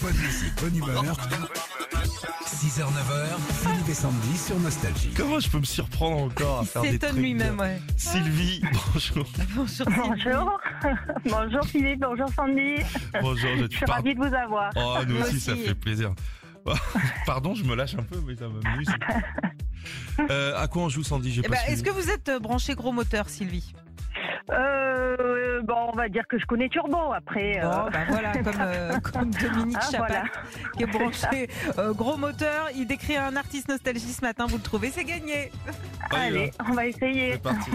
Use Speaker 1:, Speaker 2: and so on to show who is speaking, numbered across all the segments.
Speaker 1: Bonne musique, bonne humeur. 6h, 9h, Philippe et Sandy sur Nostalgie.
Speaker 2: Comment je peux me surprendre encore à faire des trucs
Speaker 3: S'étonne lui-même, ouais.
Speaker 2: bien Sylvie, bonjour.
Speaker 3: Bonjour.
Speaker 4: Bonjour. bonjour Philippe, bonjour Sandy.
Speaker 2: Bonjour, je
Speaker 4: Je
Speaker 2: te
Speaker 4: suis ravie de vous avoir.
Speaker 2: Oh, nous
Speaker 3: Moi
Speaker 2: aussi, ça
Speaker 3: aussi.
Speaker 2: fait plaisir. Pardon, je me lâche un peu, mais ça m'amuse. Euh, à quoi on joue, Sandy J'ai
Speaker 3: Eh
Speaker 2: pas
Speaker 3: ben,
Speaker 2: suivi.
Speaker 3: Est-ce que vous êtes euh, branché gros moteur, Sylvie
Speaker 4: Euh, bon, on va dire que je connais Turbo après. euh,
Speaker 3: Oh, bah voilà, comme, euh, comme Dominique
Speaker 4: Ah,
Speaker 3: Chapat,
Speaker 4: voilà.
Speaker 3: qui est branché euh, gros moteur. Il décrit un artiste nostalgie ce matin, vous le trouvez, c'est gagné.
Speaker 2: Allez,
Speaker 4: Allez, on va essayer.
Speaker 2: c'est parti.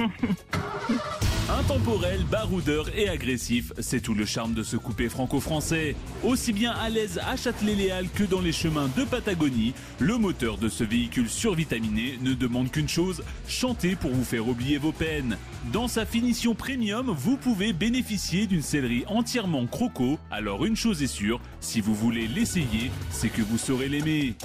Speaker 5: Intemporel, baroudeur et agressif, c'est tout le charme de ce coupé franco-français. Aussi bien à l'aise à Châtelet-Léal que dans les chemins de Patagonie, le moteur de ce véhicule survitaminé ne demande qu'une chose, chanter pour vous faire oublier vos peines. Dans sa finition premium, vous pouvez bénéficier d'une sellerie entièrement croco, alors une chose est sûre, si vous voulez l'essayer, c'est que vous saurez l'aimer.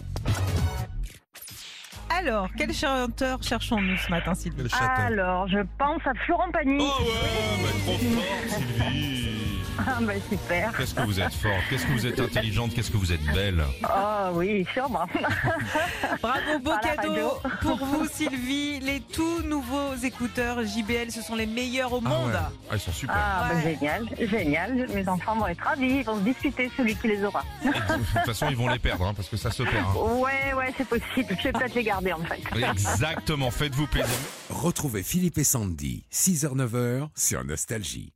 Speaker 3: Alors, quel chanteur cherchons-nous ce matin, Sylvie
Speaker 2: Le chaton.
Speaker 4: Alors, je pense à Florent Pagny.
Speaker 2: Oh ouais, bah, trop fort, Sylvie.
Speaker 4: Ah, bah, super.
Speaker 2: Qu'est-ce que vous êtes fort, qu'est-ce que vous êtes intelligente, qu'est-ce que vous êtes belle.
Speaker 4: Oh oui, sûrement.
Speaker 3: Bravo, beau
Speaker 4: Par la
Speaker 3: cadeau
Speaker 4: radio.
Speaker 3: pour vous, Sylvie. Les tout nouveaux écouteurs JBL, ce sont les meilleurs au monde.
Speaker 2: Ah, ouais. Ah, ils sont super.
Speaker 4: Ah, bah,
Speaker 3: Ouais.
Speaker 4: génial, génial. Mes enfants vont être ravis. Ils vont se disputer celui qui les aura.
Speaker 2: Et de toute façon, ils vont les perdre, hein, parce que ça se perd. hein.
Speaker 4: Ouais, ouais, c'est possible. Je vais peut-être les garder en fait.
Speaker 2: Exactement, faites-vous plaisir.
Speaker 1: Retrouvez Philippe et Sandy, 6h, 9h sur Nostalgie.